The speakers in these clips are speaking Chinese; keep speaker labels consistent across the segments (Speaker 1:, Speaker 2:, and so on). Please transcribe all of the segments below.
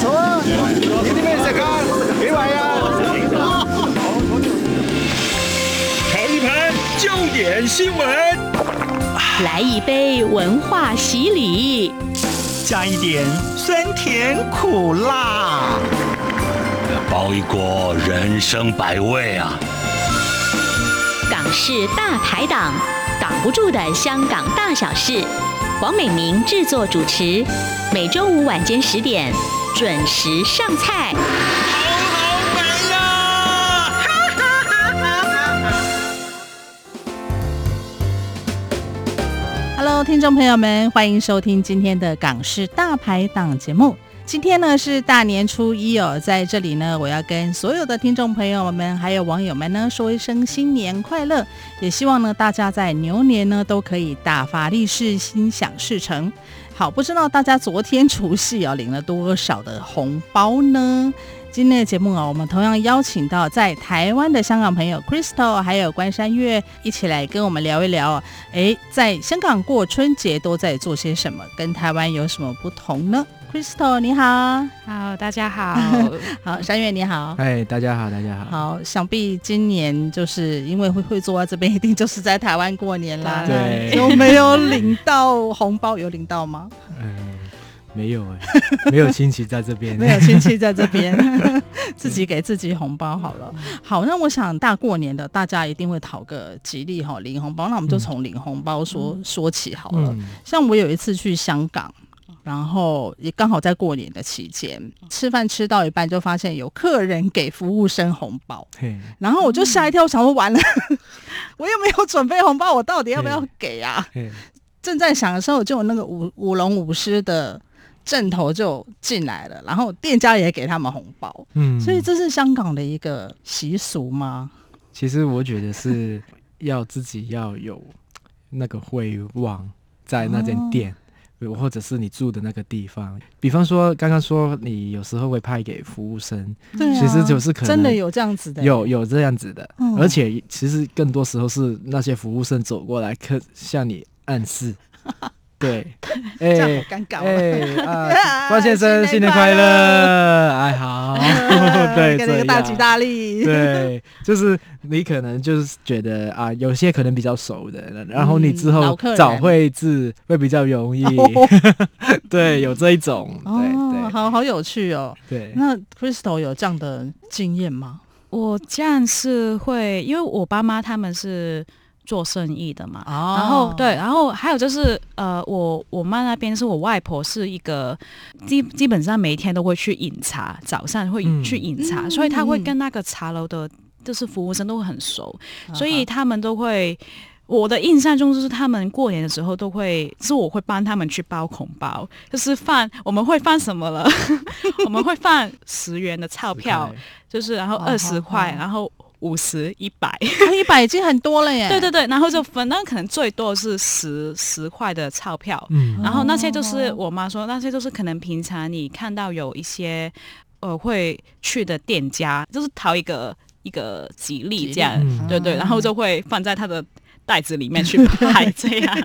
Speaker 1: 坐啊！你啲咩食啊？幾位啊？
Speaker 2: 炒一盘焦点新闻，
Speaker 3: 来一杯文化洗礼，
Speaker 4: 加一点酸甜苦辣，
Speaker 5: 包一锅人生百味啊！
Speaker 3: 港式大排档，挡不住的香港大小事。王美明制作主持，每周五晚间十点准时上菜。
Speaker 2: 好美呀、
Speaker 6: Hello，听众朋友们，欢迎收听今天的港式大排档节目。今天呢是大年初一哦，在这里呢，我要跟所有的听众朋友们还有网友们呢说一声新年快乐，也希望呢大家在牛年呢都可以大发利市，心想事成。好，不知道大家昨天除夕啊领了多少的红包呢？今天的节目啊，我们同样邀请到在台湾的香港朋友 Crystal，还有关山月一起来跟我们聊一聊啊诶，在香港过春节都在做些什么？跟台湾有什么不同呢？Crystal 你好，
Speaker 7: 好，大家好，
Speaker 6: 好山月你好。
Speaker 1: 哎，大家好，大家好。
Speaker 6: 好，想必今年就是因为会会坐在这边，一定就是在台湾过年啦。
Speaker 7: 当
Speaker 1: 然
Speaker 6: 有没有领到红包？有领到吗？
Speaker 1: 嗯，没有哎， 没有亲戚在这 边。
Speaker 6: 没有亲戚在这边，自己给自己红包好了。好，那我想大过年的，大家一定会讨个吉利哈、领红包。那我们就从领红包说、说起好了。
Speaker 1: 嗯，
Speaker 6: 像我有一次去香港，然后也刚好在过年的期间，吃饭吃到一半就发现有客人给服务生红包，
Speaker 1: 嘿，
Speaker 6: 然后我就吓一
Speaker 1: 嗯
Speaker 6: 跳，我想说完了， 我又没有准备红包，我到底要不要
Speaker 1: 嗯
Speaker 6: 给啊？
Speaker 1: 嘿，
Speaker 6: 正在想的时候，就有那个舞舞龙舞狮的阵头就进来了，然后店家也给他们红包，
Speaker 1: 嗯。
Speaker 6: 所以这是香港的一个习俗吗？
Speaker 1: 其实我觉得是要自己要有那个会望在那间店，比如
Speaker 6: 哦
Speaker 1: 或者是你住的那个地方。比方说，刚刚说你有时候会派给服务生，
Speaker 6: 对、啊，
Speaker 1: 嗯其实就是可能
Speaker 6: 真的有这样子的，
Speaker 1: 有有这样子的，
Speaker 6: 嗯
Speaker 1: 而且其实更多时候是那些服务生走过来，可向你暗 示，对，哎、
Speaker 6: 这样好尴尬、 哦。
Speaker 1: 哎 啊，关先生新年快乐，哎好， 对，
Speaker 6: 给了
Speaker 1: 这
Speaker 6: 个大吉
Speaker 1: 样
Speaker 6: 大利。
Speaker 1: 对，就是你可能就是觉得啊，有些可能比较熟的，然后你之
Speaker 6: 嗯老
Speaker 1: 后
Speaker 6: 客人
Speaker 1: 找会字会比较容易。 对，有这一种，
Speaker 6: 哦，
Speaker 1: 对
Speaker 6: 好好有趣哦。
Speaker 1: 对对，
Speaker 6: 那 Crystal 有这样的经验吗？
Speaker 7: 我这样是会，因为我爸妈他们是做生意的嘛，
Speaker 6: 哦
Speaker 7: 然后对，然后还有就是呃，我我妈那边是我外婆是一个基基本上每天都会去饮茶，早上会
Speaker 1: 嗯
Speaker 7: 去饮茶，
Speaker 6: 嗯
Speaker 7: 所以她会
Speaker 6: 嗯
Speaker 7: 跟那个茶楼的就是服务生都会很熟，
Speaker 6: 啊
Speaker 7: 所以他们都会。我的印象中就是他们过年的时候都会，是我会帮他们去包红包，就是放我们会放什么了， 我们会放十元的钞票，就是然后
Speaker 6: 好
Speaker 7: 二十块，
Speaker 6: 好
Speaker 7: 然后五十、一百，
Speaker 6: 一百已经很多了耶。
Speaker 7: 对对对，然
Speaker 6: 嗯
Speaker 7: 后就分，那可能最多是十十块的钞票，
Speaker 1: 嗯
Speaker 7: 然后那些
Speaker 6: 哦
Speaker 7: 就是我妈说，那些就是可能平常你看到有一些呃会去的店家，就是讨一个一个吉
Speaker 6: 吉
Speaker 7: 利
Speaker 6: 利啊
Speaker 7: 这样，
Speaker 1: 嗯
Speaker 7: 对对，然后就会放在他的袋子 里面去拍这样。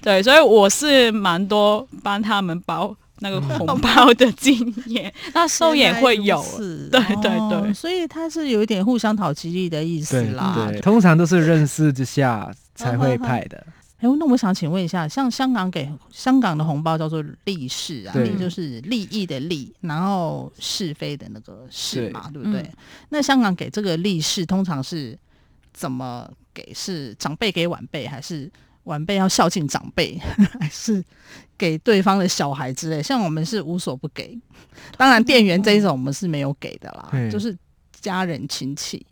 Speaker 7: 对，所以我是蛮多帮他们包那个
Speaker 1: 嗯
Speaker 7: 红包的经验，那收也会有，
Speaker 6: 原来
Speaker 7: 对
Speaker 6: 如此
Speaker 7: 对
Speaker 6: 哦
Speaker 7: 对
Speaker 6: 所以它是有一点互相讨吉利的意思
Speaker 1: 对
Speaker 6: 啦。嗯
Speaker 1: 对，通常都是认识之下才会派的，
Speaker 6: 哎，那我想请问一下，像香港给香港的红包叫做利是啊，
Speaker 1: 对
Speaker 6: 利就是利益的利，然后是非的那个是嘛，对不对？
Speaker 7: 嗯
Speaker 6: 那香港给这个利是通常是怎么给？是长辈给晚辈，还是晚辈要孝敬长辈， 还是给对方的小孩之类？像我们是无所不给，当然店员这一种我们是没有给的啦，
Speaker 1: 对
Speaker 6: 就是家人亲戚。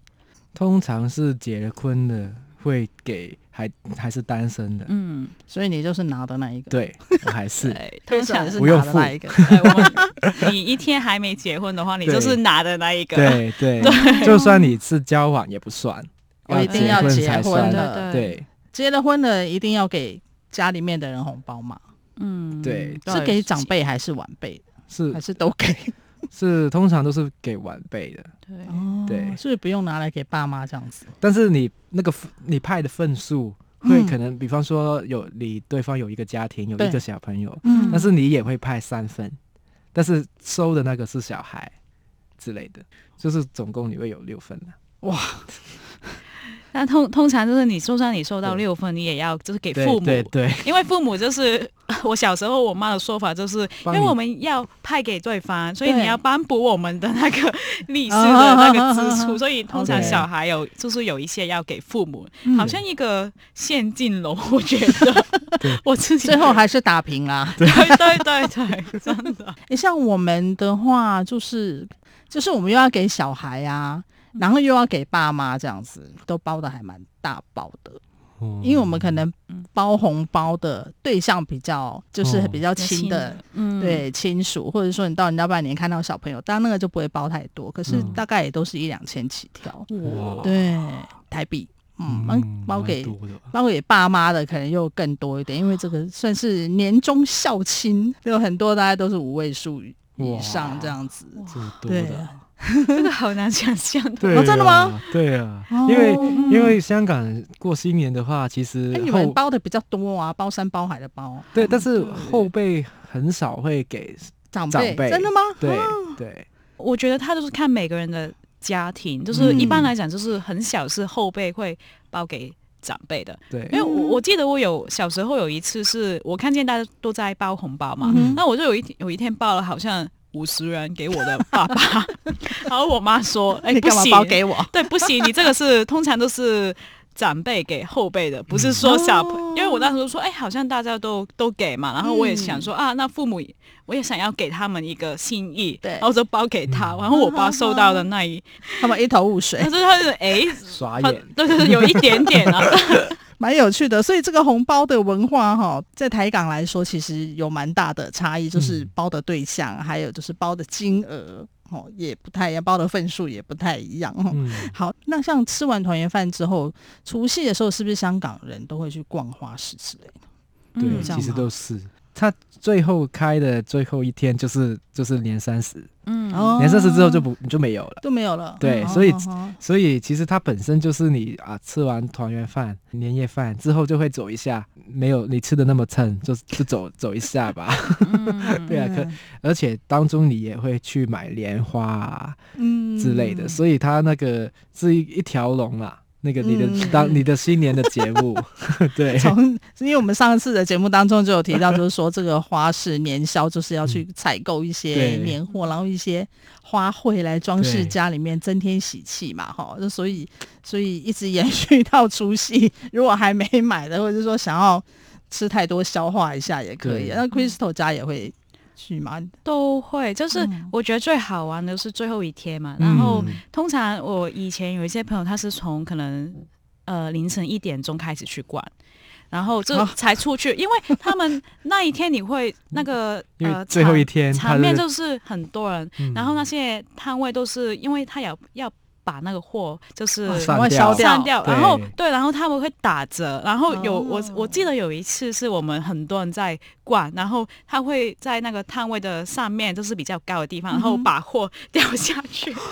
Speaker 1: 通常是结了婚的会给还还是单身的，
Speaker 7: 嗯，
Speaker 6: 所以你就是拿的那一个，
Speaker 1: 对，我还 是
Speaker 7: 对，
Speaker 6: 对，
Speaker 7: 通常
Speaker 6: 是
Speaker 1: 不用
Speaker 6: 拿的
Speaker 1: 付
Speaker 6: 那一个。
Speaker 7: 对我们你一天还没结婚的话，你
Speaker 1: 对
Speaker 7: 就是拿的那一个，
Speaker 1: 对对，就算你是交往也不算，
Speaker 6: 我一定要
Speaker 1: 婚
Speaker 6: 结
Speaker 1: 才
Speaker 6: 婚
Speaker 1: 算
Speaker 6: 了
Speaker 1: 的，对
Speaker 6: 结了婚的一定要给家里面的人红包嘛？
Speaker 7: 嗯，
Speaker 1: 对，
Speaker 6: 是给长辈还是晚辈，
Speaker 1: 是
Speaker 6: 还是都给？
Speaker 1: 是通常都是给晚辈的，
Speaker 7: 对，
Speaker 6: 哦
Speaker 1: 对
Speaker 6: 所以不用拿来给爸妈这样子。
Speaker 1: 但是你那个份你派的份数会
Speaker 6: 嗯
Speaker 1: 可能，比方说有你对方有一个家庭有
Speaker 6: 对
Speaker 1: 一个小朋友，
Speaker 6: 嗯
Speaker 1: 但是你也会派三份，但是收的那个是小孩之类的，就是总共你会有六分啊的、
Speaker 7: 那通通常就是你，就算你收到
Speaker 1: 对
Speaker 7: 六分，你也要就是给
Speaker 1: 对
Speaker 7: 父母，
Speaker 1: 对对，
Speaker 7: 因为父母就是我小时候我妈的说法，就是因
Speaker 1: 帮
Speaker 7: 为
Speaker 1: 你
Speaker 7: 我们要派给对方，所以
Speaker 6: 对
Speaker 7: 你要帮补我们的那个利息的那个支
Speaker 6: 哦
Speaker 7: 出，所以通常
Speaker 1: OK
Speaker 7: 小孩有就是有一些要给父母，
Speaker 6: 嗯
Speaker 7: 好像一个陷阱楼，我觉得
Speaker 1: 对
Speaker 7: 我自己
Speaker 6: 最后还是打平啦。
Speaker 7: 对对对对，真的
Speaker 6: 诶像我们的话，就是就是我们又要给小孩啊，然后又要给爸妈这样子，都包的还蛮大包的。
Speaker 1: 嗯
Speaker 6: 因为我们可能包红包的对象比较就是
Speaker 1: 哦
Speaker 6: 比较亲的，，
Speaker 7: 嗯，
Speaker 6: 对亲属，或者说你到人家拜年看到小朋友，当然那个就不会包太多，可是
Speaker 1: 嗯
Speaker 6: 大概也都是一两千起跳，
Speaker 1: 哇，
Speaker 6: 对台币，嗯，包
Speaker 1: 哦
Speaker 6: 包
Speaker 1: 蛮
Speaker 6: 给
Speaker 1: 多的吧
Speaker 6: 包括给爸妈的可能又更多一点，因为这个算是年终孝亲，有很多大概都是五位数以上这样子。
Speaker 1: 这么多
Speaker 6: 对
Speaker 1: 的
Speaker 6: 啊
Speaker 1: 啊。
Speaker 7: 这个好难想象的。
Speaker 1: 对、
Speaker 6: 哦真的吗？
Speaker 1: 对啊，
Speaker 6: 哦
Speaker 1: 因为、因为香港过新年的话，其实
Speaker 6: 哎，你
Speaker 1: 后、
Speaker 6: 们包的嗯比较多啊，包山包海的包
Speaker 1: 对，但是后辈很少会给，
Speaker 6: 长
Speaker 1: 长
Speaker 6: 辈，
Speaker 1: 辈
Speaker 6: 真的吗？
Speaker 1: 对、
Speaker 6: 啊
Speaker 1: 对，
Speaker 7: 我觉得他就是看每个人的家庭，就是
Speaker 6: 嗯
Speaker 7: 一般来讲，就是很小是后辈会包给长辈的。
Speaker 1: 对，
Speaker 6: 嗯
Speaker 7: 因为我我记得我有小时候有一次是我看见大家都在包红包嘛，
Speaker 6: 嗯
Speaker 7: 那我就有一天有一天包了好像五十元给我的 爸爸，然后我妈说：“哎、
Speaker 6: 你
Speaker 7: 不
Speaker 6: 干嘛
Speaker 7: 行，
Speaker 6: 包给我？
Speaker 7: 对，不行，你这个是通常都是长辈给后辈的，不是说小朋因为我那时候说，哎，好像大家都都给嘛，然后我也想说、啊，那父母我也想要给他们一个心意，
Speaker 6: 对
Speaker 7: 然后就包给他，然后我爸收到的那 一，
Speaker 6: 他们一头雾水
Speaker 7: 他。说他就哎。
Speaker 1: 耍
Speaker 7: 他
Speaker 1: 眼，
Speaker 7: 对对对，有一点点啊，
Speaker 6: 蛮有趣的。所以这个红包的文化哈、在台港来说，其实有蛮大的差异，就是
Speaker 1: 嗯
Speaker 6: 包的对象，还有就是包的金额哦，也不太一样，包的份数也不太一样哦。
Speaker 1: 嗯，
Speaker 6: 好，那像吃完团圆饭之后，除夕的时候，是不是香港人都会去逛花市之类的？
Speaker 1: 对，
Speaker 6: 嗯这样
Speaker 1: 其实
Speaker 6: 吗
Speaker 1: 都是。他最后开的最后一天就是就是年三十，
Speaker 7: 嗯
Speaker 6: 哦
Speaker 1: 年三十之后就不就没有了。
Speaker 6: 都没有了。
Speaker 1: 对
Speaker 6: 嗯
Speaker 1: 所以
Speaker 6: 嗯嗯
Speaker 1: 所以其实它本身就是你啊，吃完团圆饭、年夜饭之后就会走一下，没有你吃的那么撑，就就走走一下吧。
Speaker 7: 嗯
Speaker 1: 对啊，可而且当中你也会去买莲花啊
Speaker 6: 嗯
Speaker 1: 之类的，所以它那个是一一条龙啦。那个你的、
Speaker 6: 嗯
Speaker 1: 当你的新年的节 目，对，
Speaker 6: 从，因为我们上次的节目当中就有提到，就是说这个花市年宵就是要去采购一些
Speaker 1: 嗯对
Speaker 6: 年货，然后一些花卉来装饰
Speaker 1: 对
Speaker 6: 家里面，增添喜气嘛，哈。那所以，所以一直延续到除夕，如果还没买的，或者说想要吃太多消化一下也可以。
Speaker 1: 对
Speaker 7: 嗯
Speaker 6: 那 Crystal 家也会去吗？
Speaker 7: 都会，就是
Speaker 6: 嗯
Speaker 7: 我觉得最好玩的是最后一天嘛。
Speaker 1: 嗯
Speaker 7: 然后通常我以前有一些朋友，他是从可能呃凌晨一点钟开始去逛，然后
Speaker 1: 哦
Speaker 7: 就
Speaker 6: 啊
Speaker 7: 才出去，因为他们那一天你会那个
Speaker 1: 因为
Speaker 7: 呃
Speaker 1: 最后一
Speaker 7: 场
Speaker 1: 天他
Speaker 7: 场面
Speaker 1: 是
Speaker 7: 就是很多人，
Speaker 1: 嗯
Speaker 7: 然后那些摊位都是因为他要要把那个货就是
Speaker 6: 哇
Speaker 1: 散
Speaker 6: 赶快
Speaker 1: 掉
Speaker 6: 消
Speaker 7: 散哦掉，
Speaker 1: 对
Speaker 7: 然后对，然后他们会打折，然后有、
Speaker 6: 哦
Speaker 7: 我我记得有一次是我们很多人在逛，然后他会在那个摊位的上面，就是比较高的地方，然
Speaker 6: 嗯
Speaker 7: 后把货 掉下去。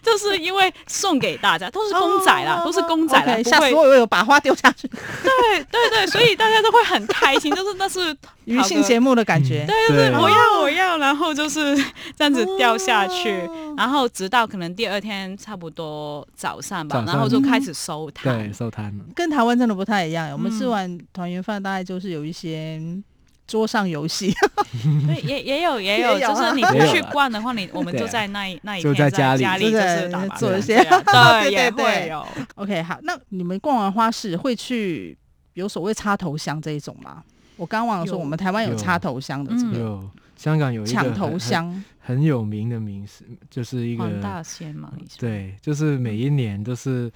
Speaker 7: 就是因为送给大家都是公仔啦，
Speaker 6: 哦
Speaker 7: 都是公仔啦
Speaker 6: OK，，
Speaker 7: 不
Speaker 6: 吓
Speaker 7: 会
Speaker 6: 死我！我有把花丢下去，
Speaker 7: 对对对，所以大家都会很开心，就是 那是
Speaker 6: 余兴节
Speaker 7: 目，
Speaker 6: 目的感
Speaker 1: 嗯
Speaker 6: 觉。
Speaker 7: 对对对，我要我要，然后就是嗯这样子掉下去，
Speaker 6: 哦
Speaker 7: 然后直到可能第二天差不多早上吧，
Speaker 1: 早上
Speaker 7: 然后就开始收摊，
Speaker 1: 对收摊了，
Speaker 6: 跟台湾真的不太一样。我们吃
Speaker 7: 嗯
Speaker 6: 完团圆饭，大概就是有一些桌上游戏，
Speaker 7: 对，也也有也
Speaker 6: 也
Speaker 7: 有，
Speaker 6: 有
Speaker 7: 就
Speaker 6: 啊
Speaker 7: 是你不
Speaker 1: 也有
Speaker 7: 去
Speaker 1: 啊
Speaker 7: 逛的话，你我 们
Speaker 1: 对啊
Speaker 7: 就在那一那一
Speaker 1: 就
Speaker 7: 天
Speaker 1: 在家里
Speaker 7: 家里
Speaker 6: 对不
Speaker 7: 就
Speaker 6: 对
Speaker 7: 是打麻将
Speaker 6: 做一些
Speaker 7: 这样
Speaker 6: 对
Speaker 7: 对，
Speaker 6: 对
Speaker 7: 也
Speaker 6: 对
Speaker 7: 会有。
Speaker 1: 嗯
Speaker 6: OK，好，那你们逛完花市会去有所谓插头香这一种吗？我刚忘了说，
Speaker 7: 有
Speaker 6: 我们台湾有
Speaker 1: 有
Speaker 6: 插头香的这
Speaker 7: 嗯
Speaker 6: 个
Speaker 1: 有香港有一个
Speaker 6: 抢
Speaker 1: 很
Speaker 6: 头
Speaker 1: 很
Speaker 6: 香，
Speaker 1: 很有名的名是就是一
Speaker 7: 黄大
Speaker 1: 个
Speaker 7: 仙嘛，你说，
Speaker 1: 对，就是
Speaker 6: 嗯
Speaker 1: 每一年都是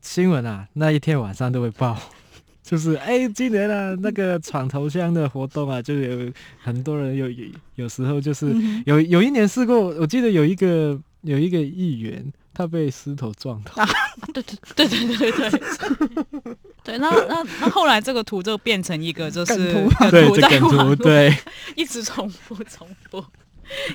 Speaker 1: 新闻啊，那一天晚上都会报， 就是哎，今年啊那个闯头香的活动啊，就有很多人有有有时候就是、
Speaker 6: 嗯
Speaker 1: 有有一年试过，我记得有一个有一个议员他被石头撞到，
Speaker 6: 啊
Speaker 7: 对对对对对对。对， 那那那后来这个图就变成一个就是
Speaker 6: 梗
Speaker 7: 梗
Speaker 1: 对，
Speaker 7: 图
Speaker 1: 这
Speaker 7: 在
Speaker 1: 梗
Speaker 7: 网
Speaker 1: 图
Speaker 7: 络
Speaker 1: 对，
Speaker 7: 一直重复重复，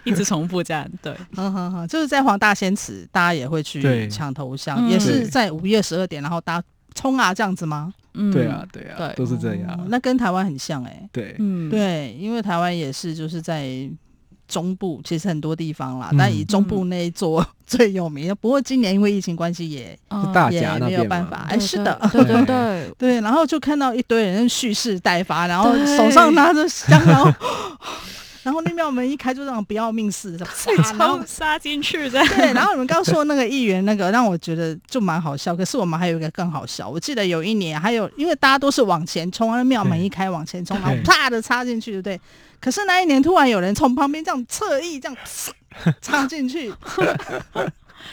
Speaker 7: 一直重复这样，对，
Speaker 6: 哼哼哼，就是在黄大仙祠，大家也会去
Speaker 1: 对
Speaker 6: 抢头香，
Speaker 7: 嗯
Speaker 6: 也是
Speaker 1: 对
Speaker 6: 在午夜十二点，然后大家冲啊这样子吗？嗯
Speaker 7: 嗯，
Speaker 1: 对啊，，对啊，
Speaker 7: 对
Speaker 1: 都是这样，
Speaker 6: 哦那跟台湾很像哎、
Speaker 1: 对。
Speaker 7: 嗯，
Speaker 6: 对，因为台湾也是就是在中部，其实很多地方啦，
Speaker 1: 嗯
Speaker 6: 但以中部那一座 最有名。不过今年因为疫情关系也
Speaker 1: 是大
Speaker 6: 也
Speaker 1: 甲那
Speaker 6: 没有
Speaker 1: 边
Speaker 6: 办
Speaker 1: 嘛
Speaker 6: 法，
Speaker 7: 对
Speaker 6: 哎，是的，
Speaker 7: 对对
Speaker 1: 对
Speaker 7: 对，
Speaker 6: 对，然后就看到一堆人蓄势待发，然后
Speaker 7: 对
Speaker 6: 手上拿着香，然后 然后那庙门一开就让不要命似的，啪然后
Speaker 7: 冲杀进去的，
Speaker 6: 对，然后你们刚刚说那个议员那个，让我觉得就蛮好笑。可是我们还有一个更好笑，我记得有一年还有，因为大家都是往前冲，那庙门一开往前冲，然后
Speaker 1: 对
Speaker 6: 啪的插进去，对不对？可是那一年突然有人从旁边这样侧翼 这样插进去，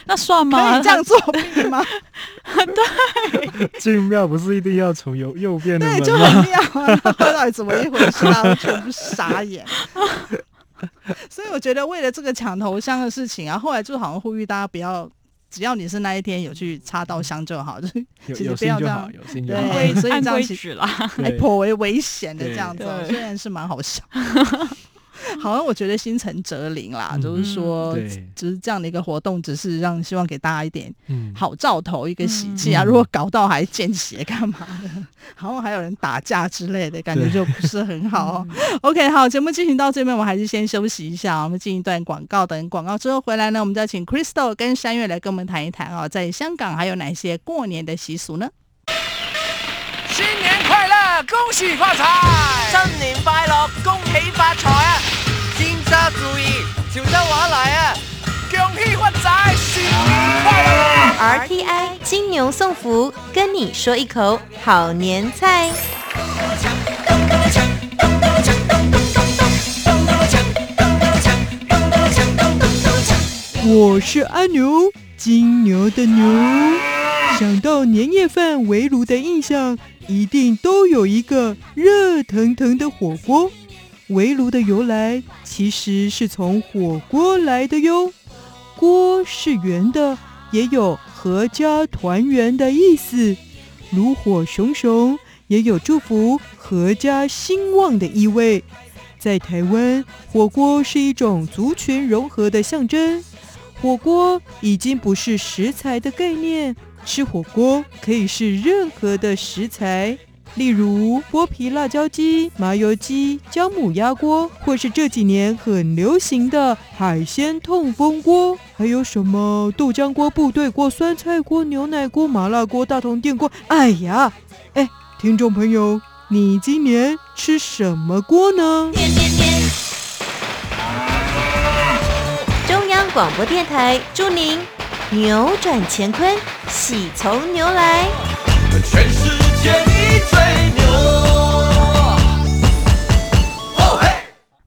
Speaker 7: 那算
Speaker 6: 可
Speaker 7: 吗？
Speaker 6: 以这样作弊吗？
Speaker 1: 进庙不是一定要从右右边的
Speaker 6: 对，就
Speaker 1: 门吗？
Speaker 6: 很妙啊！然后到底怎么一回事啊？我全部傻眼。所以我觉得，为了这个抢头香的事情啊，后来就好像呼吁大家不要，只要你是那一天有去插到香就好，就是
Speaker 1: 有
Speaker 6: 其实
Speaker 1: 有心
Speaker 6: 不要这
Speaker 1: 就
Speaker 6: 样
Speaker 1: 好，有心就
Speaker 7: 按
Speaker 1: 好。
Speaker 6: 对
Speaker 7: 规
Speaker 6: 所以
Speaker 7: 按
Speaker 6: 这样
Speaker 7: 规
Speaker 6: 其
Speaker 7: 矩啦。
Speaker 6: 还
Speaker 1: 对
Speaker 6: 颇为危险的这样子哦、
Speaker 7: 对
Speaker 6: 虽然是蛮好笑。好像我觉得心诚则灵啦，
Speaker 1: 嗯
Speaker 6: 就是说，
Speaker 1: 对
Speaker 6: 只是这样的一个活动，只是让希望给大家一点
Speaker 1: 嗯，
Speaker 6: 好兆头一个喜气啊！
Speaker 1: 嗯
Speaker 6: 如果搞到还见血干嘛的，好像还有人打架之类的，感觉
Speaker 1: 对
Speaker 6: 就不是很好哦。OK，好， 节目进行到这边，我们还是先休息一下，我们进一段广告。等广告之后回来呢，我们再请 Crystal 跟山月来跟我们谈一谈哦，在香港还有哪些过年的习俗呢？
Speaker 8: 新年快乐，恭喜发财！新年快乐，恭喜发财啊！先生注意，潮州话嚟啊！恭喜发财，新年快乐！
Speaker 9: RTI 金牛送福，跟你说一口好年菜。
Speaker 10: 我是阿牛，金牛的牛。想到年夜饭围炉的印象，一定都有一个热腾腾的火锅。围炉的由来其实是从火锅来的哟。锅是圆的，也有合家团圆的意思；炉火熊熊，也有祝福合家兴旺的意味。在台湾，火锅是一种族群融合的象征。火锅已经不是食材的概念，吃火锅可以是任何的食材，例如剥皮辣椒鸡、麻油鸡、姜母鸭锅，或是这几年很流行的海鲜痛风锅，还有什么豆浆锅、部队锅、酸菜锅、牛奶锅、麻辣锅、大同电锅。哎呀，哎，听众朋友，你今年吃什么锅呢？
Speaker 9: 中央广播电台祝您扭转乾坤，喜从牛来。
Speaker 8: 全世界你最牛！哦嘿！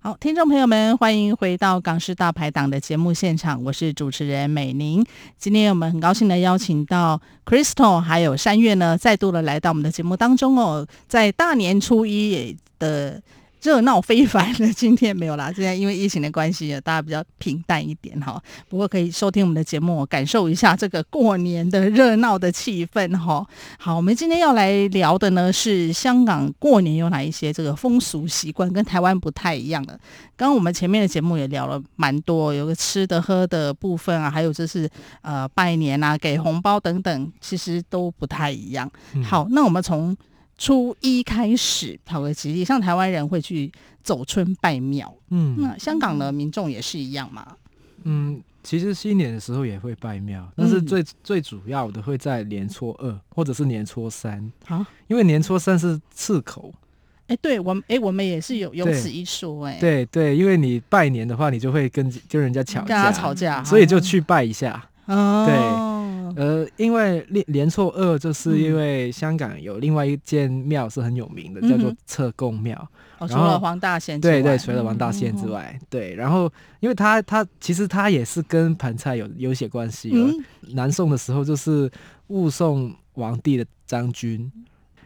Speaker 6: 好，听众朋友们，欢迎回到《港式大排档》的节目现场，我是主持人美玲。今天我们很高兴的邀请到 Crystal 还有山月呢，再度的来到我们的节目当中哦，在大年初一也的。热闹非凡的今天没有啦， 现在因为疫情的关系，大家比较平淡一点哈。不过可以收听我们的节目，感受一下这个过年的热闹的气氛哈。好，我们今天要来聊的呢是香港过年有哪一些这个风俗习惯跟台湾不太一样的。刚刚我们前面的节目也聊了蛮多，有个吃的喝的部分啊，还有就是呃拜年啊、给红包等等，其实都不太一样。
Speaker 1: 嗯
Speaker 6: 好，那我们从初一开始讨个吉利，像台湾人会去走村拜庙，
Speaker 1: 嗯
Speaker 6: 那香港呢民众也是一样嘛。
Speaker 1: 嗯，其实新年的时候也会拜庙，但
Speaker 6: 嗯
Speaker 1: 是最最主要的会在年初二或者是年初三，
Speaker 6: 好，
Speaker 1: 因为年初三是刺口。
Speaker 6: 哎，对我们哎我们也是有有
Speaker 1: 对
Speaker 6: 此一说哎，，
Speaker 1: 对对，因为你拜年的话，你就会跟跟人家吵
Speaker 6: 跟
Speaker 1: 架，
Speaker 6: 他吵架，
Speaker 1: 所以就去拜一下。
Speaker 6: 哦，
Speaker 1: 呃，因为年年初二，就是因为香港有另外一间庙是很有名的，叫
Speaker 6: 嗯
Speaker 1: 做
Speaker 6: 哼嗯
Speaker 1: 侧贡庙。
Speaker 6: 哦，除
Speaker 1: 然后
Speaker 6: 了黄大仙之
Speaker 1: 对对，
Speaker 6: 外
Speaker 1: 除了王大仙之外，对，然后因为他他其实他也是跟盘菜有有些关系、哦。
Speaker 6: 嗯
Speaker 1: 南宋的时候就是误送皇帝的张君，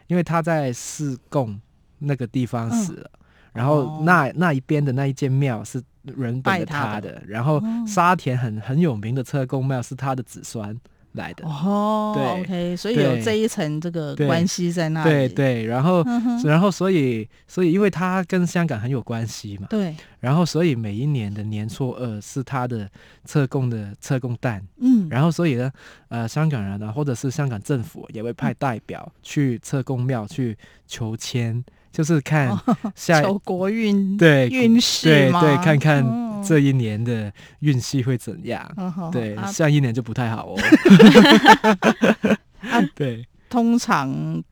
Speaker 1: 因为他在四贡那个地方死了，然
Speaker 6: 哦
Speaker 1: 后那那一边的那一间庙是原本
Speaker 6: 拜
Speaker 1: 的
Speaker 6: 他哦
Speaker 1: 他的，然后沙田很很有名的侧贡庙是他的子孙来的。
Speaker 6: 哦
Speaker 1: 对
Speaker 6: ，OK，所以
Speaker 1: 对
Speaker 6: 有这一层这个
Speaker 1: 对
Speaker 6: 关系在那里，
Speaker 1: 对对，然后、
Speaker 6: 嗯哼
Speaker 1: 然后所以所以因为他跟香港很有关系嘛，
Speaker 6: 对，
Speaker 1: 然后所以每一年的年初二是他的测供的测供蛋，
Speaker 6: 嗯，
Speaker 1: 然后所以呢，呃，香港人呢或者是香港政府也会派代表去测供庙去求签，就是看下一、
Speaker 6: 哦求国运
Speaker 1: 对
Speaker 6: 运势
Speaker 1: 对
Speaker 6: 吗
Speaker 1: 对，看看
Speaker 6: 哦
Speaker 1: 这一年的运气会怎样。
Speaker 6: 嗯哼
Speaker 1: 对，
Speaker 6: 啊
Speaker 1: 上一年就不太 好哦。
Speaker 6: 啊
Speaker 1: 对
Speaker 6: 通常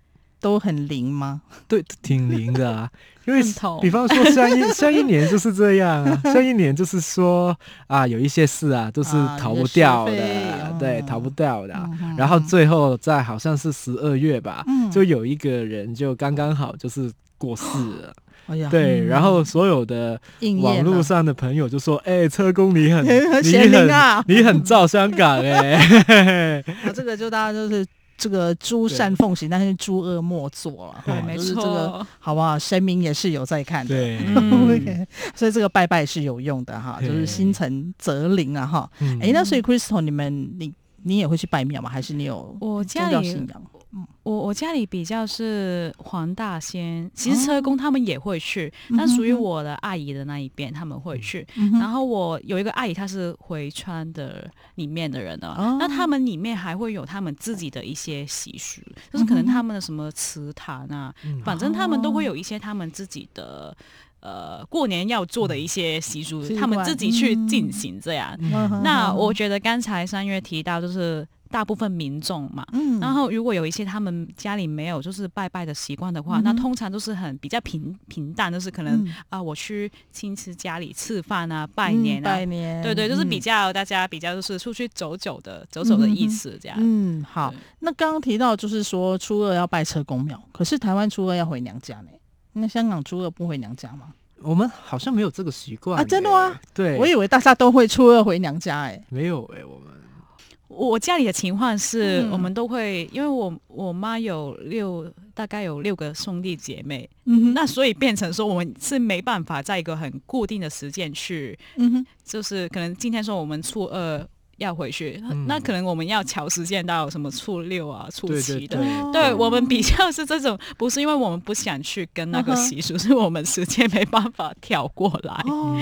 Speaker 6: 都很灵吗？
Speaker 1: 对，挺灵的 啊，因为
Speaker 6: 很痛
Speaker 1: 比方说上 一上一年就是这样啊，上一年就是说啊，有一些事啊都是
Speaker 6: 啊
Speaker 1: 逃
Speaker 6: 你的
Speaker 1: 不
Speaker 6: 是
Speaker 1: 掉
Speaker 6: 非
Speaker 1: 的，对，逃不掉的啊。
Speaker 6: 嗯
Speaker 1: 然后最后在好像是十二月吧，
Speaker 6: 嗯
Speaker 1: 就有一个人就刚刚好就是过世了。
Speaker 6: 哎呀，
Speaker 1: 对，然后所有的
Speaker 6: 应验
Speaker 1: 网
Speaker 6: 了
Speaker 1: 络上的朋友就说：“哎，车工你 很你
Speaker 6: 贤
Speaker 1: 很
Speaker 6: 明啊
Speaker 1: 你很照香港 哎。
Speaker 6: 嗯，啊这个就大家就是。这个诸善奉行，但是诸恶莫作了。
Speaker 1: 对
Speaker 6: 哦
Speaker 1: 没
Speaker 6: 就是这
Speaker 1: 错
Speaker 6: 个好不好？神明也是有在看的，
Speaker 1: 对
Speaker 7: 嗯
Speaker 6: OK 所以这个拜拜是有用的哈，就
Speaker 1: 对
Speaker 6: 是心诚则灵啊哈。
Speaker 1: 嗯
Speaker 6: 哎，那所以 Crystal，你们你你也会去拜庙吗？还是你有
Speaker 7: 我家
Speaker 6: 宗教信
Speaker 7: 里
Speaker 6: 仰？，
Speaker 7: 我我家里比较是黄大仙，其实车
Speaker 6: 哦
Speaker 7: 工他们也会去，但属于我的阿姨的那一边他们会去。
Speaker 6: 嗯嗯哼
Speaker 7: 然后我有一个阿姨，她是回川的里面的人呢，
Speaker 6: 哦
Speaker 7: 那他们里面还会有他们自己的一些习俗，就
Speaker 6: 嗯
Speaker 7: 是可能他们的什么祠堂啊，反正他们都
Speaker 6: 哦
Speaker 7: 会有一些他们自己的。呃，过年要做的一些习俗
Speaker 6: 习，
Speaker 7: 他们
Speaker 6: 惯
Speaker 7: 自己去进行这样。
Speaker 6: 嗯
Speaker 7: 那我觉得刚才三月提到，就是大部分民众嘛，
Speaker 6: 嗯
Speaker 7: 然后如果有一些他们家里没有就是拜拜的习惯的话，
Speaker 6: 嗯哼
Speaker 7: 那通常都是很比较平平淡，就是可能啊
Speaker 6: 嗯、
Speaker 7: 我去亲戚家里吃饭啊，拜年
Speaker 6: 嗯
Speaker 7: 啊，
Speaker 6: 拜年
Speaker 7: 对对，就是比
Speaker 6: 嗯
Speaker 7: 较、大家比较就是出去走走的走走的意思这样。
Speaker 6: 嗯，好。那刚刚提到就是说初二要拜车公庙，可是台湾初二要回娘家呢。那香港初二不回娘家吗？
Speaker 1: 我们好像没有这个习惯欸
Speaker 6: 啊，真的吗？
Speaker 1: 对，
Speaker 6: 我以为大家都会初二回娘家哎。
Speaker 1: 没有哎，我们
Speaker 7: 我家里的情况是
Speaker 6: 嗯
Speaker 7: 我们都会，因为我我妈有六，大概有六个兄弟姐妹，
Speaker 6: 嗯
Speaker 7: 那所以变成说我们是没办法在一个很固定的时间去，
Speaker 6: 嗯哼，
Speaker 7: 就是可能今天说我们初二要回去，那可能我们要调时间到什么初六啊、初
Speaker 1: 对对
Speaker 7: 七的。
Speaker 6: 哦
Speaker 1: 对
Speaker 7: 对我们比较是这种，不是因为我们不想去跟那个
Speaker 6: 嗯哼
Speaker 7: 习俗， 是我们时间没办法调过 来。
Speaker 6: 哦，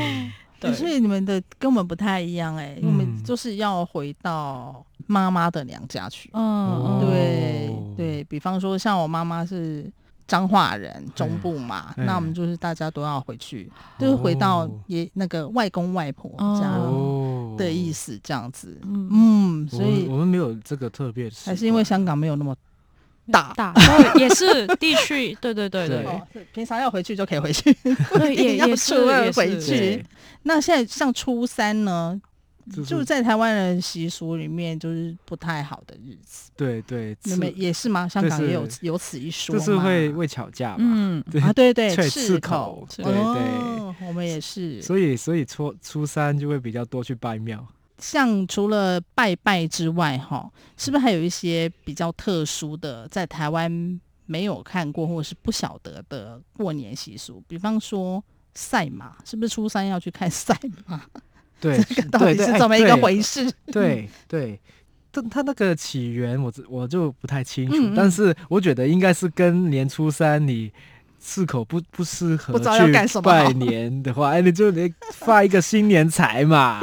Speaker 7: 对嗯
Speaker 6: 所以你们的跟我们不太一样哎，我们就是要回到妈妈的娘家去。
Speaker 7: 嗯，
Speaker 6: 对
Speaker 1: 哦
Speaker 6: 对，比方说像我妈妈是彰化人，中部嘛，
Speaker 1: 哎
Speaker 6: 那我们就是大家都要回去，就是回到爷那个外公外婆家
Speaker 1: 哦
Speaker 6: 的意思，这样子。
Speaker 1: 嗯
Speaker 6: 嗯，所以
Speaker 1: 我们我们没有这个特别的习惯，
Speaker 6: 还是因为香港没有那么大
Speaker 7: 大，哦对，也是地区，对对对对
Speaker 1: 对
Speaker 6: 哦，是平常要回去就可以回去，
Speaker 7: 对也
Speaker 6: 要
Speaker 7: 也是
Speaker 6: 初二
Speaker 7: 也
Speaker 6: 回
Speaker 7: 是
Speaker 6: 去
Speaker 1: 对。
Speaker 6: 那现在像初三呢，
Speaker 1: 就是
Speaker 6: 就在台湾人习俗里面就是不太好的日子，
Speaker 1: 对对，
Speaker 6: 你们
Speaker 1: 刺
Speaker 6: 也是吗？香港
Speaker 1: 就是
Speaker 6: 也有有此一说
Speaker 1: 就
Speaker 6: 吗，
Speaker 1: 是会会吵架嘛，
Speaker 7: 嗯
Speaker 1: 对
Speaker 6: 啊，对对，
Speaker 1: 对
Speaker 6: 赤
Speaker 1: 赤
Speaker 6: 口
Speaker 1: 口，
Speaker 6: 赤
Speaker 1: 对对
Speaker 6: 哦我们也是。
Speaker 1: 所以所以初初三就会比较多去拜庙。
Speaker 6: 像除了拜拜之外，哈，是不是还有一些比较特殊的，在台湾没有看过或是不晓得的过年习俗？比方说赛马，是不是初三要去看赛马？
Speaker 1: 对，
Speaker 6: 这个到底
Speaker 1: 对
Speaker 6: 是
Speaker 1: 对
Speaker 6: 怎么
Speaker 1: 哎
Speaker 6: 一个
Speaker 1: 对
Speaker 6: 回事？
Speaker 1: 对对，但它那个起源我只我就不太清楚，
Speaker 6: 嗯嗯
Speaker 1: 但是我觉得应该是跟年初三你是口不不适合
Speaker 6: 不知道要干
Speaker 1: 去
Speaker 6: 什么
Speaker 1: 拜年的话，哎， 你就得发一个新年财 嘛，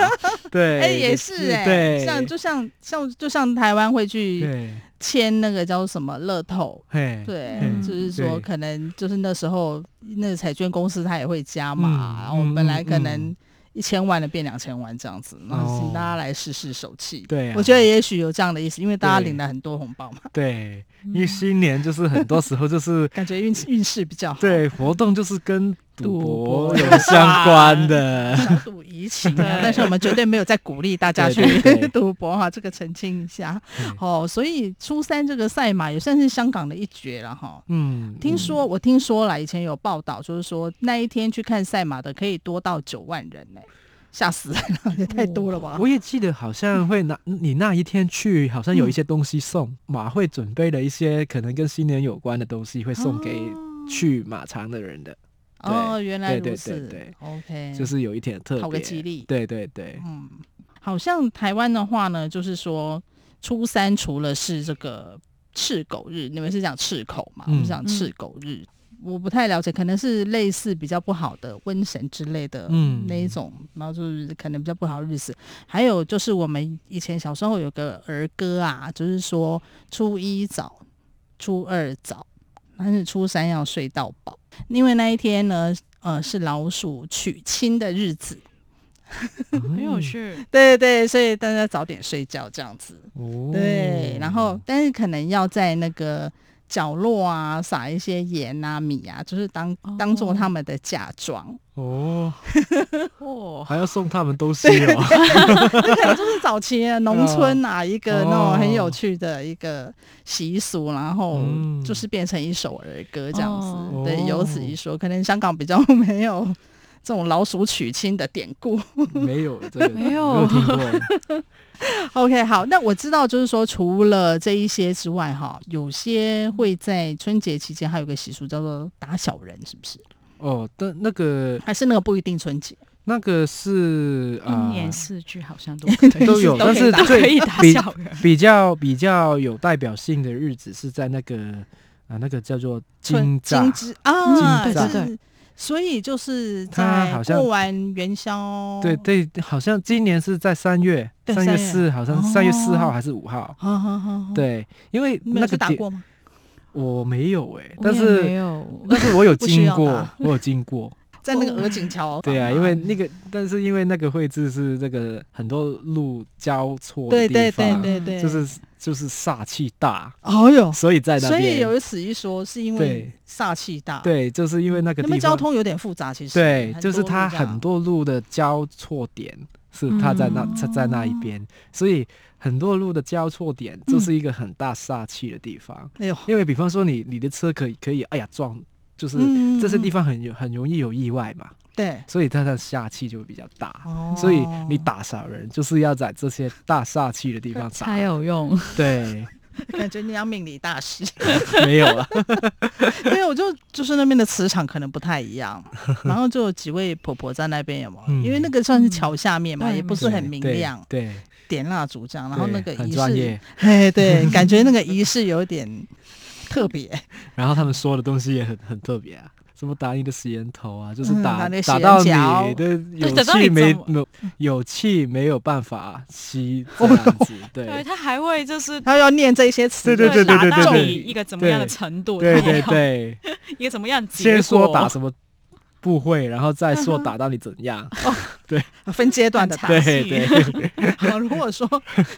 Speaker 1: 对，
Speaker 6: 哎，也是哎、
Speaker 1: 对，
Speaker 6: 像就像像就像台湾会去
Speaker 1: 对，
Speaker 6: 签那个叫什么乐透，
Speaker 1: 嘿，
Speaker 6: 对，
Speaker 1: 嗯
Speaker 6: 就是说
Speaker 1: 对
Speaker 6: 可能就是那时候那彩券公司它也会加嘛，
Speaker 1: 嗯
Speaker 6: 然后
Speaker 1: 嗯
Speaker 6: 本来
Speaker 1: 嗯
Speaker 6: 可
Speaker 1: 嗯
Speaker 6: 能一千万的变两千万这样子，然后请
Speaker 1: 哦
Speaker 6: 大家来试试手气。
Speaker 1: 对啊
Speaker 6: 我觉得也许有这样的意思，因为大家
Speaker 1: 对
Speaker 6: 领了很多红包嘛，
Speaker 1: 对，因为新年就是很多时候就是
Speaker 6: 感觉运气运势比较好，
Speaker 1: 对活动就是跟
Speaker 6: 赌
Speaker 1: 赌博
Speaker 6: 博
Speaker 1: 有相关的，
Speaker 6: 小赌怡情啊。但是我们绝对没有在鼓励大家去
Speaker 1: 对对嗯对
Speaker 6: 赌博哈，这个澄清一下哦。所以初三这个赛马也算是香港的一绝了哈。
Speaker 1: 嗯，
Speaker 6: 听说我听说了，以前有报道，就是说那一天去看赛马的可以多到九万人呢、吓死人了，也太多了吧？
Speaker 1: 我也记得好像会拿你那一天去，好像有一些东西送、马会准备的一些可能跟新年有关的东西，会送给去马场的人的，
Speaker 6: 哦，
Speaker 1: 对
Speaker 6: 原来
Speaker 1: 对
Speaker 6: 如
Speaker 1: 对
Speaker 6: 此。
Speaker 1: 对对
Speaker 6: OK，
Speaker 1: 就是有一点特别，
Speaker 6: 讨个吉利
Speaker 1: 对对对，
Speaker 6: 嗯，好像台湾的话呢，就是说初三除了是这个赤狗日，你们是讲赤口嘛？
Speaker 1: 嗯
Speaker 6: 我们讲赤狗日。我不太了解，可能是类似比较不好的瘟神之类的
Speaker 1: 嗯
Speaker 6: 那一种，然后就是可能比较不好的日子。还有就是我们以前小时候有个儿歌啊，就是说初一早，初二早，但是初三要睡到饱，因为那一天呢，呃，是老鼠娶亲的日子。
Speaker 7: 很有趣。
Speaker 6: 对对对，所以大家早点睡觉这样子。
Speaker 1: 哦
Speaker 6: 对，然后但是可能要在那个角落啊撒一些盐啊、米啊，就是当当做他们的嫁妆。
Speaker 1: 哦，
Speaker 7: 哦，
Speaker 1: 还要送他们东西哦，
Speaker 6: 这可能就是早期
Speaker 7: 哦
Speaker 6: 的农村啊，一个那种很有趣的一个习俗，然后就是变成一首儿歌这样子。
Speaker 7: 嗯哦
Speaker 6: 对，有此一说，可能香港比较 没有这种老鼠娶亲的典故。
Speaker 1: 没有这个
Speaker 7: 没有
Speaker 1: 没有听过，
Speaker 6: OK，好，那我知道，就是说，除了这一些之外，哈，有些会在春节期间还有个习俗叫做打小人，是不是？
Speaker 1: 哦，但那个
Speaker 6: 还是那个不一定春节
Speaker 1: 那个是
Speaker 7: 一
Speaker 1: 啊。
Speaker 7: 年四季好像都可以
Speaker 1: 都有，
Speaker 6: 都
Speaker 1: 但
Speaker 6: 可以
Speaker 1: 是
Speaker 6: 打
Speaker 1: 最
Speaker 7: 可以打
Speaker 1: 比
Speaker 7: 小人
Speaker 1: 比较比较有代表性的日子是在那个啊，那个叫做
Speaker 6: 春
Speaker 1: 金炸
Speaker 6: 金，枝啊，
Speaker 1: 金
Speaker 7: 炸
Speaker 6: 是
Speaker 7: 对
Speaker 6: 所以就是
Speaker 1: 它
Speaker 6: 在
Speaker 1: 好像
Speaker 6: 过完元宵，
Speaker 1: 对对，好像今年是在三月，
Speaker 6: 对
Speaker 1: 三月
Speaker 6: 三月
Speaker 1: 四，好像三月四
Speaker 6: 哦
Speaker 1: 号还是五号，
Speaker 6: 好，好好好，
Speaker 1: 对，因为
Speaker 6: 你
Speaker 1: 那
Speaker 6: 们有去
Speaker 1: 个
Speaker 6: 打
Speaker 1: 点
Speaker 6: 过吗？
Speaker 1: 我没有哎，
Speaker 7: 我
Speaker 1: 但
Speaker 7: 也没
Speaker 1: 是
Speaker 7: 有，
Speaker 1: 但是我有
Speaker 6: 不需
Speaker 1: 经
Speaker 6: 要
Speaker 1: 过
Speaker 6: 打，
Speaker 1: 我有经 过，
Speaker 6: 在那个鹅颈 桥，
Speaker 1: 对啊，因为那个，但是因为那个绘制是这个很多路交错的
Speaker 6: 对
Speaker 1: 地
Speaker 6: 对对
Speaker 1: 方，
Speaker 6: 对对，
Speaker 1: 就是就是煞气大，
Speaker 6: 哦哟，
Speaker 1: 所以在那
Speaker 6: 所
Speaker 1: 边，
Speaker 6: 以有此一说，是因为
Speaker 1: 对
Speaker 6: 煞气大，，
Speaker 1: 对，就是因为那个
Speaker 6: 那
Speaker 1: 地方
Speaker 6: 边交通有点复杂，其实
Speaker 1: 对，
Speaker 6: 很
Speaker 1: 就是
Speaker 6: 多
Speaker 1: 它
Speaker 6: 路这样嗯
Speaker 1: 很多路的交错点是它在那，它在那一边，所以很多路的交错点，
Speaker 6: 嗯
Speaker 1: 这是一个很大煞气的地方。
Speaker 6: 哎呦，
Speaker 1: 因为比方说你你的车可以可以，哎呀撞，就是
Speaker 6: 嗯
Speaker 1: 这些地
Speaker 6: 嗯
Speaker 1: 方很有很容易有意外嘛，
Speaker 6: 对。
Speaker 1: 所以它的煞气就会比较大。
Speaker 6: 哦
Speaker 1: 所以你打小人就是要在这些大煞气的地 方打
Speaker 7: 才，有用。
Speaker 1: 对，
Speaker 6: 感觉你要命理大师，
Speaker 1: 没有了，
Speaker 6: 因为我就就是那边的磁场可能不太一 样，然后就有几位婆婆在那边有没有？
Speaker 1: 嗯
Speaker 6: 因为那个算是桥下面嘛，
Speaker 7: 嗯
Speaker 6: 也不是
Speaker 1: 对
Speaker 6: 很明
Speaker 1: 对
Speaker 6: 亮，
Speaker 1: 对，
Speaker 6: 点蜡烛这样，然后
Speaker 1: 对
Speaker 6: 那个
Speaker 1: 很
Speaker 6: 仪
Speaker 1: 专
Speaker 6: 式
Speaker 1: 业，
Speaker 6: 嘿，对，感觉那个仪式有点特别，
Speaker 1: 然后他们说的东西也很很特别啊，什么打你的死人头啊，就是
Speaker 6: 嗯打
Speaker 1: 打、
Speaker 6: 你的
Speaker 1: 打
Speaker 6: 死
Speaker 1: 到
Speaker 6: 人脚
Speaker 1: 你的
Speaker 7: 打
Speaker 1: 有
Speaker 7: 到你
Speaker 1: 气没
Speaker 7: 怎么嗯
Speaker 1: 没有有气没有办法 吸这样子，
Speaker 7: 对
Speaker 1: 对
Speaker 7: 他还会就是
Speaker 6: 她要念这些词，
Speaker 1: 对对对
Speaker 7: 达到
Speaker 1: 对
Speaker 7: 你
Speaker 1: 对
Speaker 7: 一个怎么样的
Speaker 1: 对
Speaker 7: 程度，
Speaker 1: 对
Speaker 7: 他
Speaker 1: 对
Speaker 7: 也要
Speaker 1: 对，
Speaker 7: 一个怎么样的 结
Speaker 1: 先说
Speaker 7: 果
Speaker 1: 打什么部位，然后再说打到你怎 样，
Speaker 6: 分阶段的吧。
Speaker 1: 对
Speaker 7: 戏
Speaker 1: 对
Speaker 6: 好，如 果说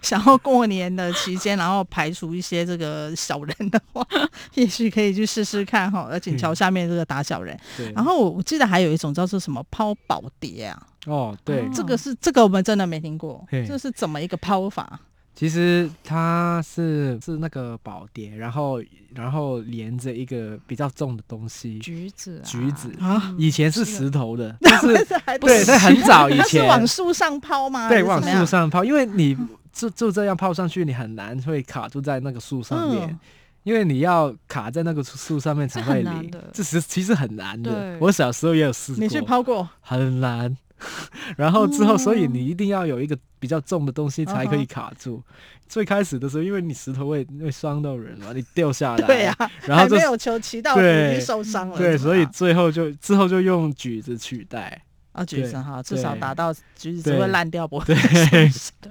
Speaker 6: 想要过年的期间，然后排除一些这个小人的话， 也许可以去试试看哈。而且桥下面这个打小人，
Speaker 1: 对，
Speaker 6: 然后我我记得还有一种叫做什么抛宝碟啊，
Speaker 1: 哦对，
Speaker 6: 这个是这个我们真的没听过，
Speaker 1: 嘿
Speaker 6: 这是怎么一个 抛法？
Speaker 1: 其实它是是那个宝碟，然后然后连着一个比较重的东西，
Speaker 7: 橘子啊
Speaker 1: 橘子
Speaker 6: 啊
Speaker 1: 以前是石头 的，但是
Speaker 6: 还
Speaker 1: 对，在很早以
Speaker 6: 它是
Speaker 1: 前
Speaker 6: 往树上抛吗？还
Speaker 1: 对，
Speaker 6: 啊是
Speaker 1: 往
Speaker 6: 怎么样嗯
Speaker 1: 树上抛，因为你就就这样抛上去，你很难会卡住在那个树上面，
Speaker 6: 嗯
Speaker 1: 因为你要卡在那个树上面才会
Speaker 7: 这很难
Speaker 1: 离
Speaker 7: 的，
Speaker 1: 这是其实很难的
Speaker 7: 对。
Speaker 1: 我小时候也有试过，
Speaker 6: 你去抛过，
Speaker 1: 很难。 然后之后，所
Speaker 6: 哦
Speaker 1: 以你一定要有一个比较重的东西才
Speaker 6: 嗯
Speaker 1: 可以卡住。最开始的时候，因为你石头会会伤到人嘛，你掉下来，
Speaker 6: 对呀、啊，
Speaker 1: 然后
Speaker 6: 还
Speaker 1: 就
Speaker 6: 没有球骑到
Speaker 1: 对
Speaker 6: 已经受伤了，
Speaker 1: 对，
Speaker 6: 怎么
Speaker 1: 所以
Speaker 6: 办
Speaker 1: 最后就之后就用橘子取代。
Speaker 6: 啊，橘子
Speaker 1: 对
Speaker 6: 哈，至少
Speaker 1: 对
Speaker 6: 打到橘子只
Speaker 1: 对
Speaker 6: 会烂掉，不会
Speaker 1: 对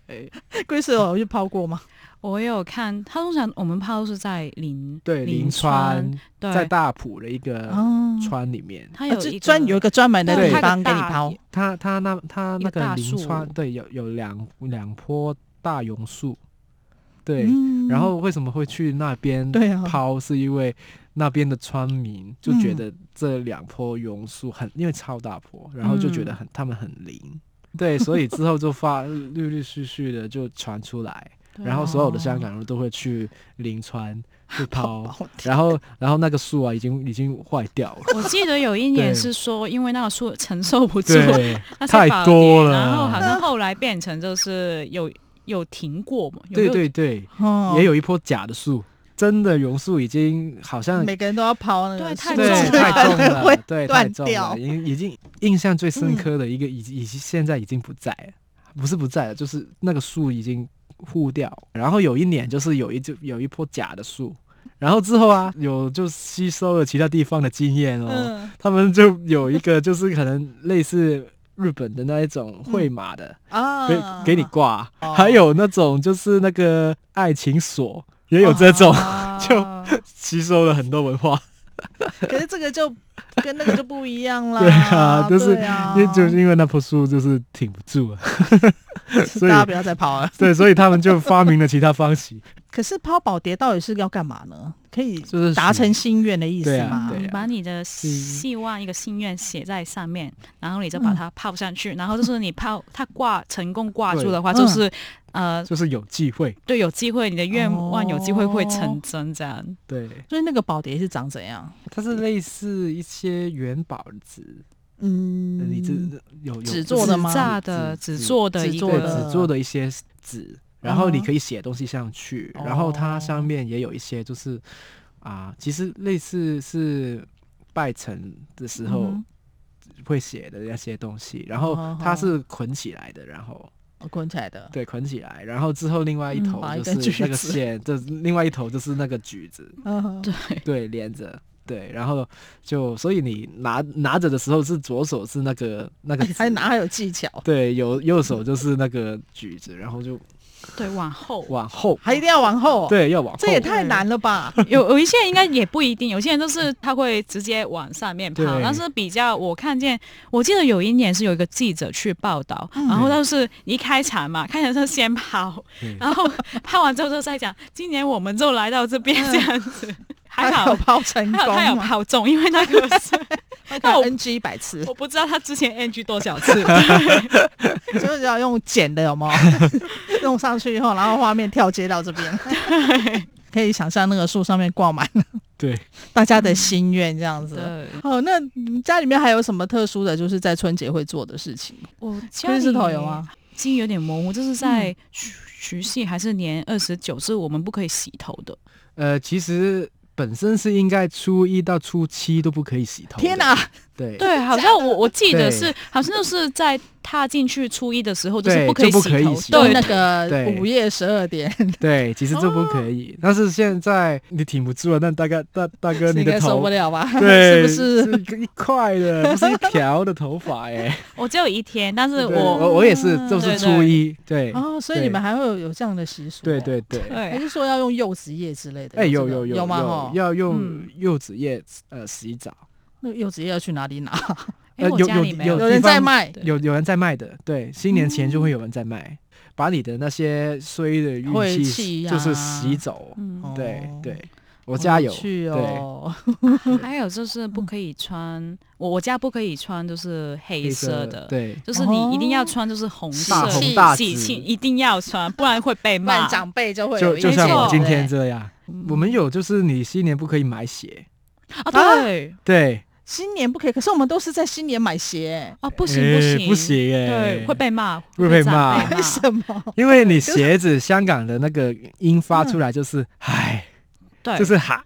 Speaker 7: 对，
Speaker 6: 龟石有去抛过吗？
Speaker 7: 我有看，他通常我们泡是在林
Speaker 1: 对，
Speaker 7: 林
Speaker 1: 临川
Speaker 7: 对
Speaker 1: 在大呃埔的一个
Speaker 6: 哦
Speaker 1: 川里面，
Speaker 7: 他
Speaker 6: 啊
Speaker 7: 有
Speaker 6: 就
Speaker 7: 一
Speaker 6: 专有一个专门的地
Speaker 7: 对它有个
Speaker 6: 方给你
Speaker 7: 大
Speaker 6: 抛，
Speaker 1: 它它那它
Speaker 7: 一
Speaker 1: 那
Speaker 7: 个大
Speaker 1: 个林
Speaker 7: 树
Speaker 1: 川对有有两两棵大榕树，对，
Speaker 6: 嗯
Speaker 1: 然后为什么会去那边
Speaker 6: 对啊
Speaker 1: 抛？是因为那边的村民就觉
Speaker 7: 嗯
Speaker 1: 得这两棵榕树很，因为超大棵，然后就
Speaker 7: 嗯
Speaker 1: 觉得很他们很灵，对，所以之后就发陆陆续续的就传出来，然后所有
Speaker 7: 哦
Speaker 1: 的香港人都会去林 川去抛，
Speaker 6: 宝
Speaker 1: 然后然后那个树啊已经已经坏掉了。
Speaker 7: 我记得有一年
Speaker 1: 对
Speaker 7: 是说，因为那个 树承受不住，
Speaker 1: 对，
Speaker 7: 那些
Speaker 1: 太
Speaker 7: 宝
Speaker 1: 多
Speaker 7: 典
Speaker 1: 了
Speaker 7: 然后好像后来变成就是有有停过嘛，有没
Speaker 1: 对
Speaker 7: 有
Speaker 1: 对对，
Speaker 6: 哦
Speaker 1: 也有一棵假的树，真的榕树已经好像
Speaker 6: 每个人都要抛那个
Speaker 7: 对
Speaker 6: 树枝，
Speaker 1: 对
Speaker 7: 重了
Speaker 1: 太重
Speaker 6: 会
Speaker 1: 了，对太
Speaker 6: 断
Speaker 1: 重
Speaker 6: 掉
Speaker 1: 了，
Speaker 6: 嗯
Speaker 1: 已经已经印象最深刻的一个，已经已经现在已经不在了，不是不在了，就是那个树已经枯掉。然后有一年就是有一就有一棵假的树，然后之后啊有就吸收了其他地方的经验哦，
Speaker 6: 嗯
Speaker 1: 他们就有一个就是可能类似日本的那一种
Speaker 6: 嗯
Speaker 1: 绘马的。
Speaker 6: 啊，
Speaker 1: 给给你挂，
Speaker 6: 哦
Speaker 1: 还有那种就是那 个爱情锁也有这种，
Speaker 6: 啊
Speaker 1: 就吸收了很多文化。
Speaker 6: 可是这个就跟那个就不一样 啦。
Speaker 1: 对啊，就是
Speaker 6: 对啊
Speaker 1: 因为就是 因为那棵树就是挺不住啊，所以
Speaker 6: 大家不要再跑了。
Speaker 1: 对，所以他们就发明了其他方 式。
Speaker 6: 可是抛宝碟到底是要干嘛呢？可以
Speaker 1: 就是
Speaker 6: 达成心愿的意思
Speaker 1: 对啊
Speaker 6: 吗？
Speaker 1: 对
Speaker 7: 你把你的希望一个心愿写在上面，然后你
Speaker 1: 嗯
Speaker 7: 就把它泡上去，然后就是你泡 它挂成功挂住的话，
Speaker 1: 对嗯
Speaker 7: 就是、呃，
Speaker 1: 就是有机会，
Speaker 7: 对，有机会你的愿望有机会会成
Speaker 6: 哦
Speaker 7: 真这样。
Speaker 1: 对，
Speaker 6: 所以那个宝碟是长怎样？
Speaker 1: 它是类似一些元宝纸，
Speaker 6: 嗯，
Speaker 1: 你这有有
Speaker 6: 纸做的吗
Speaker 1: 就是
Speaker 7: 纸的纸做的
Speaker 1: 纸
Speaker 7: 一
Speaker 1: 对
Speaker 7: 个
Speaker 1: 纸做的一些纸，然后
Speaker 6: 嗯
Speaker 1: 你可以写东西上去，
Speaker 6: 哦
Speaker 1: 然后它上面也有一些就是啊、其实类似是拜神的时候
Speaker 6: 嗯
Speaker 1: 会写的那些东西，然后
Speaker 6: 哦
Speaker 1: 它是捆起来的，然后。
Speaker 6: 哦滚起来的。
Speaker 1: 对，捆起来，然后之后另外一
Speaker 6: 嗯
Speaker 1: 头
Speaker 6: 把一
Speaker 1: 就
Speaker 6: 根
Speaker 1: 是
Speaker 6: 橘
Speaker 1: 那个
Speaker 6: 子
Speaker 1: 线，这另外一头就是那个橘 子，
Speaker 6: 嗯，
Speaker 7: 对，
Speaker 1: 对，连着，对，然后就所以你拿拿着的时候是左手是那个那个
Speaker 6: 哎还哪有技巧？
Speaker 1: 对，有右手就是那个橘子，然后就
Speaker 7: 对，往 后
Speaker 1: 往后，
Speaker 6: 还一定要往后？，
Speaker 1: 对，要往后，
Speaker 6: 这也太难了吧？
Speaker 7: 有有一些人应该也不一定，有些人都是他会直接往上面跑，
Speaker 1: 对
Speaker 7: 但是比较我看见，我记得有一年是有一个记者去报道，然后他是一开场嘛， 开场是先跑，然后 跑完之后就再讲，今年我们就来到这边这样子，还
Speaker 6: 他有
Speaker 7: 好。
Speaker 6: 抛成
Speaker 7: 还
Speaker 6: 功
Speaker 7: 好他有
Speaker 6: 吗？
Speaker 7: 跑中，因为那个是
Speaker 6: 他
Speaker 7: 但
Speaker 6: 有
Speaker 7: 我，
Speaker 6: NG 一百次
Speaker 7: 我不知道他之前 NG 多少次，对
Speaker 6: 就是要用剪的，有没有？用上去以后，然后画面跳接到这边，可以想象那个树上面挂满了
Speaker 1: 对，
Speaker 6: 大家的心愿这样子。
Speaker 7: 嗯对，
Speaker 6: 哦，那你家里面还有什么特殊的，就是在春节会做的事情？
Speaker 1: 哦
Speaker 7: 我家
Speaker 6: 春
Speaker 7: 里
Speaker 6: 石头有吗？？
Speaker 7: 记忆有点模糊，就是在除除夕还是年二十九是我们不可以洗头的，
Speaker 1: 呃，其实本身是应该初一到初七都不可以洗头，
Speaker 6: 天哪、，
Speaker 1: 对
Speaker 7: 对，好像我我记
Speaker 1: 对
Speaker 7: 得是，好像就是在踏进去初一的时候，就是
Speaker 1: 对
Speaker 7: 不可以
Speaker 1: 就不
Speaker 7: 洗
Speaker 1: 可以
Speaker 7: 头，
Speaker 1: 洗
Speaker 6: 就
Speaker 1: 头
Speaker 7: 对
Speaker 6: 那个
Speaker 1: 对
Speaker 6: 午夜十二点，
Speaker 1: 对，其实这不可以，
Speaker 6: 哦
Speaker 1: 但是现在你挺不住了，啊但大哥大大哥你
Speaker 6: 你应该
Speaker 1: 的
Speaker 6: 受
Speaker 1: 头
Speaker 6: 不。了吧？
Speaker 1: 对，
Speaker 6: 是不是？
Speaker 1: 一个一块的，不是一条的头发哎、
Speaker 7: 我只有一天，但是
Speaker 1: 对
Speaker 7: 我嗯
Speaker 1: 我我也是，就
Speaker 7: 对
Speaker 1: 是初一，对
Speaker 6: 哦，所以
Speaker 1: 对
Speaker 6: 你们还会有有这样的习俗、哦
Speaker 1: 对。对对，
Speaker 6: 还
Speaker 7: 对
Speaker 6: 是说要用柚子叶之类的？
Speaker 1: 哎、有
Speaker 6: 这个
Speaker 1: 有有
Speaker 6: 有吗？哦，
Speaker 1: 要用
Speaker 7: 嗯
Speaker 1: 柚子叶呃洗澡，
Speaker 6: 那柚子叶要去哪里拿？
Speaker 7: 因为
Speaker 1: 呃
Speaker 7: 我
Speaker 1: 有
Speaker 7: 家里没有
Speaker 1: 有
Speaker 6: 有人
Speaker 1: 地方
Speaker 6: 在卖，
Speaker 1: 有有人在卖的，对，新年前就会有人在卖，把你的那些衰的
Speaker 6: 晦
Speaker 1: 运
Speaker 6: 气
Speaker 1: 气
Speaker 6: 呀
Speaker 1: 就是洗走，
Speaker 7: 嗯，
Speaker 1: 对
Speaker 6: 哦
Speaker 1: 对，我家有，
Speaker 6: 去
Speaker 1: 对，
Speaker 6: 哦。
Speaker 7: 还有就是不可以穿，我我家不可以穿就是黑
Speaker 1: 黑
Speaker 7: 色的，，
Speaker 1: 对，
Speaker 7: 就是你一定要穿就是红色
Speaker 1: 大
Speaker 7: 的
Speaker 1: 红大
Speaker 7: 喜
Speaker 1: 紫
Speaker 7: 庆一定要穿，不然会被
Speaker 6: 慢
Speaker 7: 骂。
Speaker 6: 长辈就会
Speaker 1: 就
Speaker 6: 有一
Speaker 1: 就
Speaker 6: 些
Speaker 1: 像
Speaker 7: 没
Speaker 1: 我
Speaker 7: 错
Speaker 1: 今天这样，我们有就是你新年不可以买鞋，
Speaker 7: 啊，对，
Speaker 1: 对，
Speaker 6: 新年不可以，可是我们都是在新年买鞋，
Speaker 7: 啊，不
Speaker 1: 不
Speaker 7: 行不行
Speaker 1: 不，行哎、
Speaker 7: 对，会被骂，
Speaker 1: 会被
Speaker 7: 长
Speaker 1: 骂
Speaker 7: 辈
Speaker 6: 为什么？
Speaker 1: 因为你鞋子香港的那个音发出来就是海，
Speaker 7: 对，
Speaker 1: 就是海，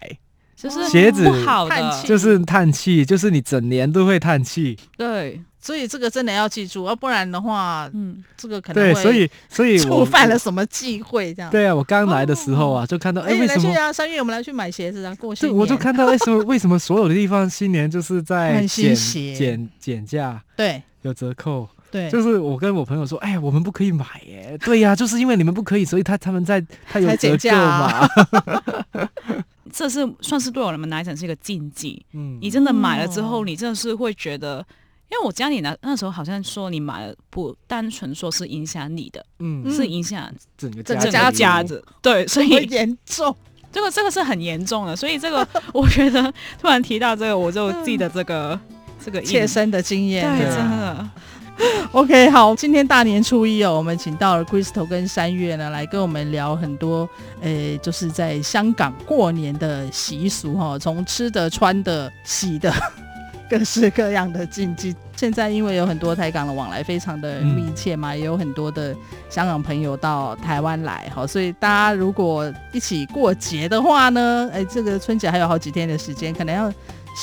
Speaker 7: 就是
Speaker 1: 鞋子
Speaker 7: 不好
Speaker 6: 叹
Speaker 7: 的
Speaker 6: 气，
Speaker 1: 就是叹气，就是你整年都会叹气。
Speaker 7: 对，
Speaker 6: 所以这个真的要记住，要啊不然的话，
Speaker 7: 嗯，
Speaker 6: 这个可能
Speaker 1: 对，
Speaker 6: 会
Speaker 1: 所以所以
Speaker 6: 触
Speaker 1: 我
Speaker 6: 犯了什么忌讳这样。，
Speaker 1: 对啊，我刚来的时候啊，就看到哎、
Speaker 6: 哎，
Speaker 1: 为
Speaker 6: 来
Speaker 1: 什么
Speaker 6: 去？啊，三月我们来去买鞋子啊，过新
Speaker 1: 对，
Speaker 6: 年。
Speaker 1: 我就看到为哎什么为什么所有的地方新年就是在
Speaker 6: 换新
Speaker 1: 减
Speaker 6: 鞋
Speaker 1: 减减价
Speaker 6: 对
Speaker 1: 有折扣，
Speaker 6: 对，
Speaker 1: 就是我跟我朋友说，哎，我们不可以买耶，对呀、就是因为你们不可以，所以他他们在他有
Speaker 6: 才
Speaker 1: 折
Speaker 6: 减
Speaker 1: 扣
Speaker 6: 价啊
Speaker 1: 嘛，
Speaker 7: 这是算是对我们来讲是一个禁忌。
Speaker 1: 嗯，
Speaker 7: 你真的买了之
Speaker 1: 哦
Speaker 7: 后，你真的是会觉得，因为我家里那那时候好像说你买了不单纯说是影响你的，
Speaker 1: 嗯
Speaker 7: 是影响
Speaker 1: 整个
Speaker 6: 整
Speaker 1: 家
Speaker 6: 个
Speaker 7: 整
Speaker 6: 家
Speaker 7: 个
Speaker 6: 族
Speaker 7: 家子。对，所
Speaker 6: 会
Speaker 7: 以
Speaker 6: 严重。
Speaker 7: 这个这个是很严重的。所以这个我觉得突然提到这个，我就记得这个这个印
Speaker 6: 切。身的经
Speaker 7: 对，
Speaker 6: 验。
Speaker 1: 嗯对啊
Speaker 7: 真的
Speaker 6: OK，好，今天大年初一哦，我们请到了 Crystal 跟三月呢来跟我们聊很多，呃，就是在香港过年的习俗哈、哦，从吃的、穿的、洗的。 各式各样的禁忌，现在因为有很多台港的往来非常的
Speaker 1: 嗯
Speaker 6: 密切嘛，也有很多的香港朋友到台湾来，好，所以大家如果一起过节的话呢，哎，这个春节还有好几天的时间，可能要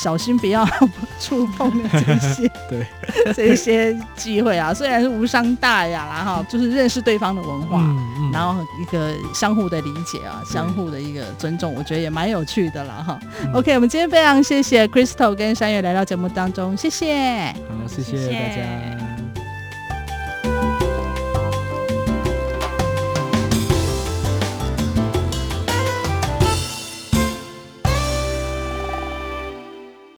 Speaker 6: 小心不要 触碰这些
Speaker 1: 对
Speaker 6: 这些机会啊，虽然是无伤大雅啦哈，就是认识对方的文化，
Speaker 1: 嗯嗯
Speaker 6: 然后一个相互的理解啊，相互的一个尊重，我觉得也蛮有趣的啦哈。
Speaker 1: 嗯
Speaker 6: OK，我们今天非常谢谢 Crystal 跟山月来到节目当中，谢谢。
Speaker 1: 好，谢谢
Speaker 7: 谢谢
Speaker 1: 大家。